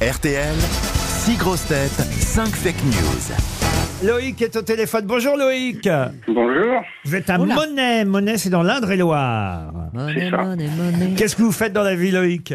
RTL, 6 grosses têtes, 5 fake news. Loïc est au téléphone. Bonjour Loïc. Bonjour. Vous êtes à Oula. Monet. Monet, c'est dans l'Indre-et-Loire. Money, C'est ça. money, money. Qu'est-ce que vous faites dans la vie, Loïc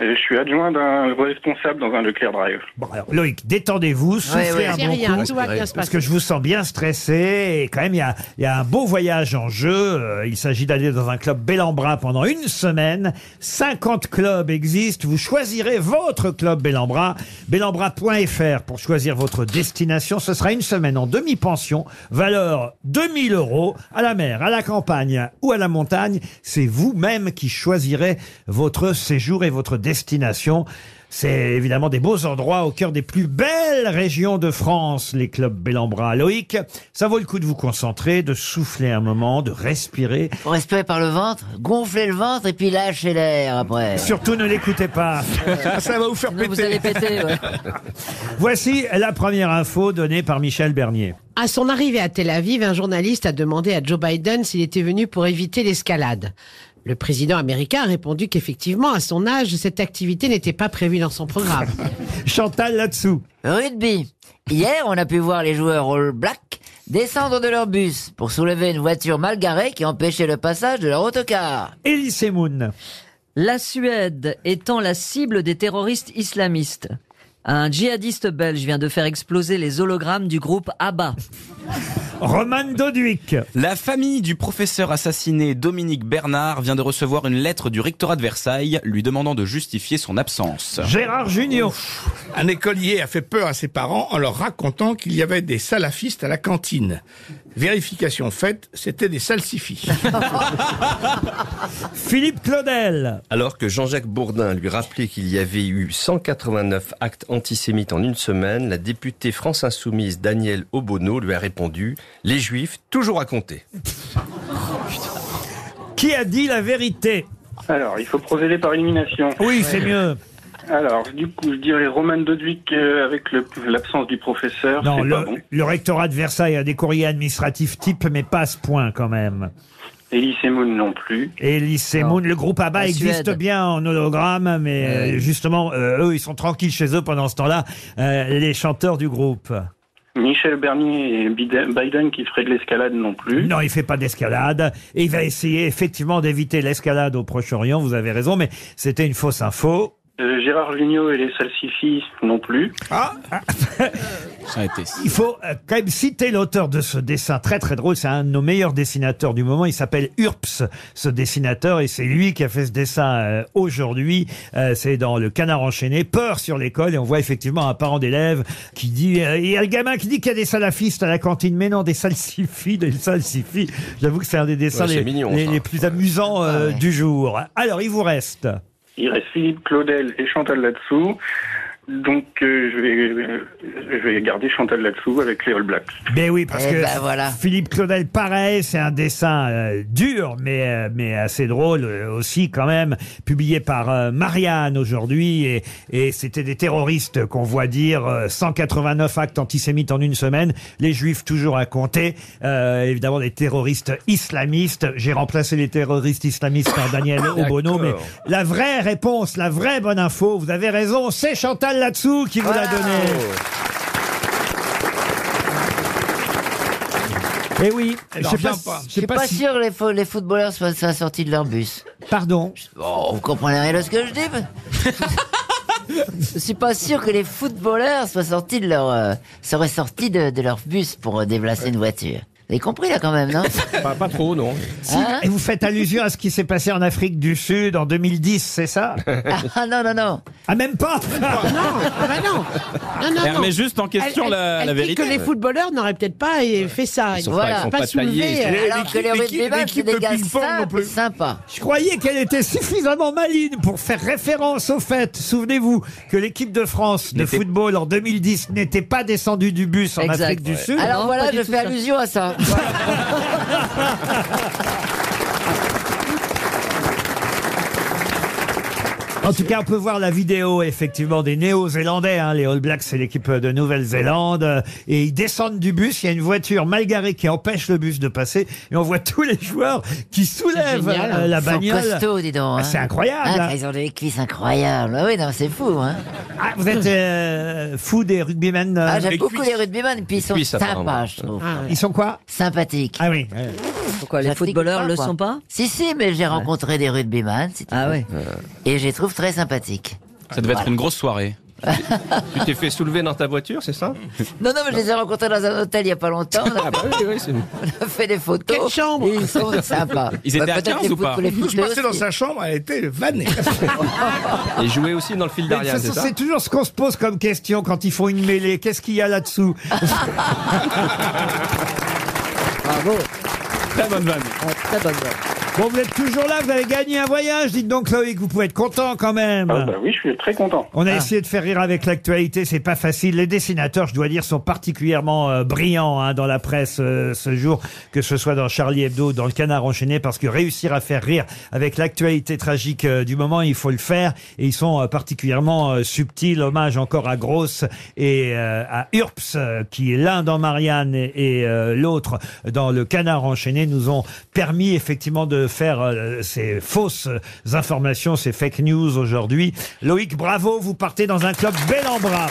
Je suis adjoint d'un responsable dans un Leclerc Drive. Bon, alors, Loïc, détendez-vous, soufflez ouais. un C'est Ah bon rien, coup. tout va bien se Parce que passer. je vous sens bien stressé et quand même il y a, il y a un beau voyage en jeu. Euh, Il s'agit d'aller dans un club bel en bras pendant une semaine. 50 clubs existent. Vous choisirez votre club bel en bras. Bellambra.fr pour choisir votre destination. Ce sera une semaine en demi-pension, valeur 2000 euros à la mer, à la campagne ou à la montagne. C'est vous-même qui choisirez votre séjour et votre destination. C'est évidemment des beaux endroits au cœur des plus belles régions de France, les clubs Bellambra. Loïc, ça vaut le coup de vous concentrer, de souffler un moment, de respirer. Faut respirer par le ventre, gonfler le ventre et puis lâcher l'air après. Surtout ne l'écoutez pas. Ça va vous faire Sinon, vous allez péter. ouais. Voici la première info donnée par Michel Bernier. À son arrivée à Tel Aviv, un journaliste a demandé à Joe Biden s'il était venu pour éviter l'escalade. Le président américain a répondu qu'effectivement, à son âge, cette activité n'était pas prévue dans son programme. Chantal là-dessous. Rugby. Hier, on a pu voir les joueurs All Black descendre de leur bus pour soulever une voiture mal garée qui empêchait le passage de leur autocar. Elise Moon. La Suède étant la cible des terroristes islamistes. Un djihadiste belge vient de faire exploser les hologrammes du groupe ABBA. Roman Doduic. La famille du professeur assassiné Dominique Bernard vient de recevoir une lettre du rectorat de Versailles lui demandant de justifier son absence. Gérard Junior. Un écolier a fait peur à ses parents en leur racontant qu'il y avait des salafistes à la cantine. Vérification faite, c'était des salsifis. Philippe Claudel. Alors que Jean-Jacques Bourdin lui rappelait qu'il y avait eu 189 actes antisémites en une semaine, la députée France Insoumise Danielle Obono lui a répondu « Les Juifs, toujours à compter Qui a dit la vérité Alors, il faut procéder par élimination. Oui, c'est mieux. Alors, du coup, je dirais Roman Dodwick euh, avec le- l'absence du professeur. Non, Ah, c'est le, pas bon. le rectorat de Versailles a des courriers administratifs type, mais pas à ce point quand même. Elise Moon non plus. Et lycée Moon, le groupe ABBA La existe Suède. bien en hologramme, mais euh, justement, euh, eux, ils sont tranquilles chez eux pendant ce temps-là, euh, les chanteurs du groupe. Michel Bernier et Biden Biden qui ferait de l'escalade non plus. Non, il fait pas d'escalade. Et il va essayer effectivement d'éviter l'escalade au Proche-Orient, vous avez raison, mais c'était une fausse info. Euh, Gérard Jugnot et les salsifis non plus. Ça a été. Il faut euh, quand même citer l'auteur de ce dessin très très drôle. C'est un de nos meilleurs dessinateurs du moment. Il s'appelle Urps, ce dessinateur, et c'est lui qui a fait ce dessin euh, aujourd'hui. Euh, c'est dans Le Canard enchaîné, Peur sur l'école, et on voit effectivement un parent d'élève qui dit... euh, Il y a le gamin qui dit qu'il y a des salafistes à la cantine, mais non, des salsifis, des salsifis. J'avoue que c'est un des dessins Ouais, c'est les, mignon, les- ça. les plus amusants euh, Ouais. du jour. Alors, il vous reste... Il reste Philippe Claudel et Chantal Latsou. Donc, euh, je, vais, euh, je vais garder Chantal Latsou avec les All Blacks. Ben oui, parce Eh que ben voilà. Philippe Claudel, pareil, c'est un dessin euh, dur, mais, euh, mais assez drôle euh, aussi quand même, publié par euh, Marianne aujourd'hui, et, et c'était des terroristes qu'on voit dire euh, 189 actes antisémites en une semaine, les juifs toujours à compter, euh, évidemment des terroristes islamistes, j'ai remplacé les terroristes islamistes par Daniel Obono, mais la vraie réponse, la vraie bonne info, vous avez raison, c'est Chantal Latsou qui vous l'a donnée. Eh oui, Elle je en sais pas, revient pas. si- je Je sais suis pas, pas si... sûr que les, fo- les footballeurs soient, soient sortis de leur bus. Pardon. Oh, vous comprenez rien de ce que je dis mais- Je suis pas sûr que les footballeurs soient sortis de leur, euh, seraient sortis de, de leur bus pour euh, déplacer une voiture. Vous avez compris là quand même, non pas, pas trop, non. Hein Et vous faites allusion à ce qui s'est passé en Afrique du Sud en 2010, c'est ça Ah non, non, non. Ah, même pas non, ah bah non. Non, non, Elle non. remet juste en question Elle- la, elle- la elle dit vérité. que les footballeurs n'auraient peut-être pas eh, fait ça. sont pas- ils sont pas taillés, ils sont- euh, Alors que l'équipe- les l'équipe- rugbymen, c'est l'équipe des de gars ping-pong non simples et plus. sympas. Je croyais qu'elle était suffisamment maligne pour faire référence au fait, souvenez-vous, que l'équipe de France de N'était- football en 2010 n'était pas descendue du bus en Exact, Afrique du ouais. Sud. Ah, Alors Non, voilà, pas du je tout fais ça. allusion à ça. En tout cas, on peut voir la vidéo effectivement des Néo-Zélandais. hein. Les All Blacks, c'est l'équipe de Nouvelle-Zélande. euh, Et ils descendent du bus. Il y a une voiture mal garée qui empêche le bus de passer. Et on voit tous les joueurs qui soulèvent C'est génial, euh, la hein. Ils sont bagnole. costauds, dis donc. Ah, c'est hein. incroyable, Ah, hein. Ils ont des cuisses incroyables. Ah oui, non, c'est fou. Hein. Ah, vous êtes euh, fou des rugbymen. euh, Ah, j'aime les beaucoup cuisses. les rugbymen, et puis ils sont cuisses, apparemment. sympas, je trouve. Ah, ouais. ils sont quoi Sympathiques. Ah oui. Pourquoi les J'applique footballeurs pas, le quoi. sont pas Si, si, mais j'ai rencontré des rugbyman, si tu Ah veux. ouais. et je les trouve très sympathiques. Ça devait être une grosse soirée. Tu t'es fait soulever dans ta voiture, c'est ça Non, non, mais je les ai rencontrés dans un hôtel il y a pas longtemps. Ah On a, bah oui, oui, c'est on a fait des photos. Quelle chambre et Ils sont sympas. Bah, Ils étaient à peut-être 15 les ou pas foot- les Je footeux passais dans aussi. sa chambre, elle était vannée. Et jouer aussi dans le fil Mais de toute d'Ariane, façon, c'est ça c'est toujours ce qu'on se pose comme question quand ils font une mêlée. Qu'est-ce qu'il y a là-dessous Bravo. Très bonne vanne. Ah, très bonne voix. Bon, vous êtes toujours là, vous avez gagné un voyage. Dites donc, Loïc, vous pouvez être content quand même. Ah bah oui, je suis très content. On a essayé de faire rire avec l'actualité, c'est pas facile. Les dessinateurs, je dois dire, sont particulièrement euh, brillants hein, dans la presse euh, ce jour, que ce soit dans Charlie Hebdo, dans Le Canard enchaîné, parce que réussir à faire rire avec l'actualité tragique euh, du moment, il faut le faire. Et ils sont euh, particulièrement euh, subtils. Hommage encore à Gross et euh, à Urps, euh, qui est l'un dans Marianne et, et, euh, l'autre dans Le Canard enchaîné, nous ont permis effectivement de faire euh, ces fausses informations, ces fake news aujourd'hui. Loïc, bravo, vous partez dans un club bel en bras.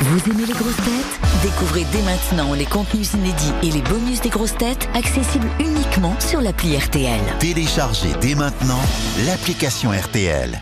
Vous aimez les grosses têtes Découvrez dès maintenant les contenus inédits et les bonus des grosses têtes accessibles uniquement sur l'appli RTL. Téléchargez dès maintenant l'application RTL.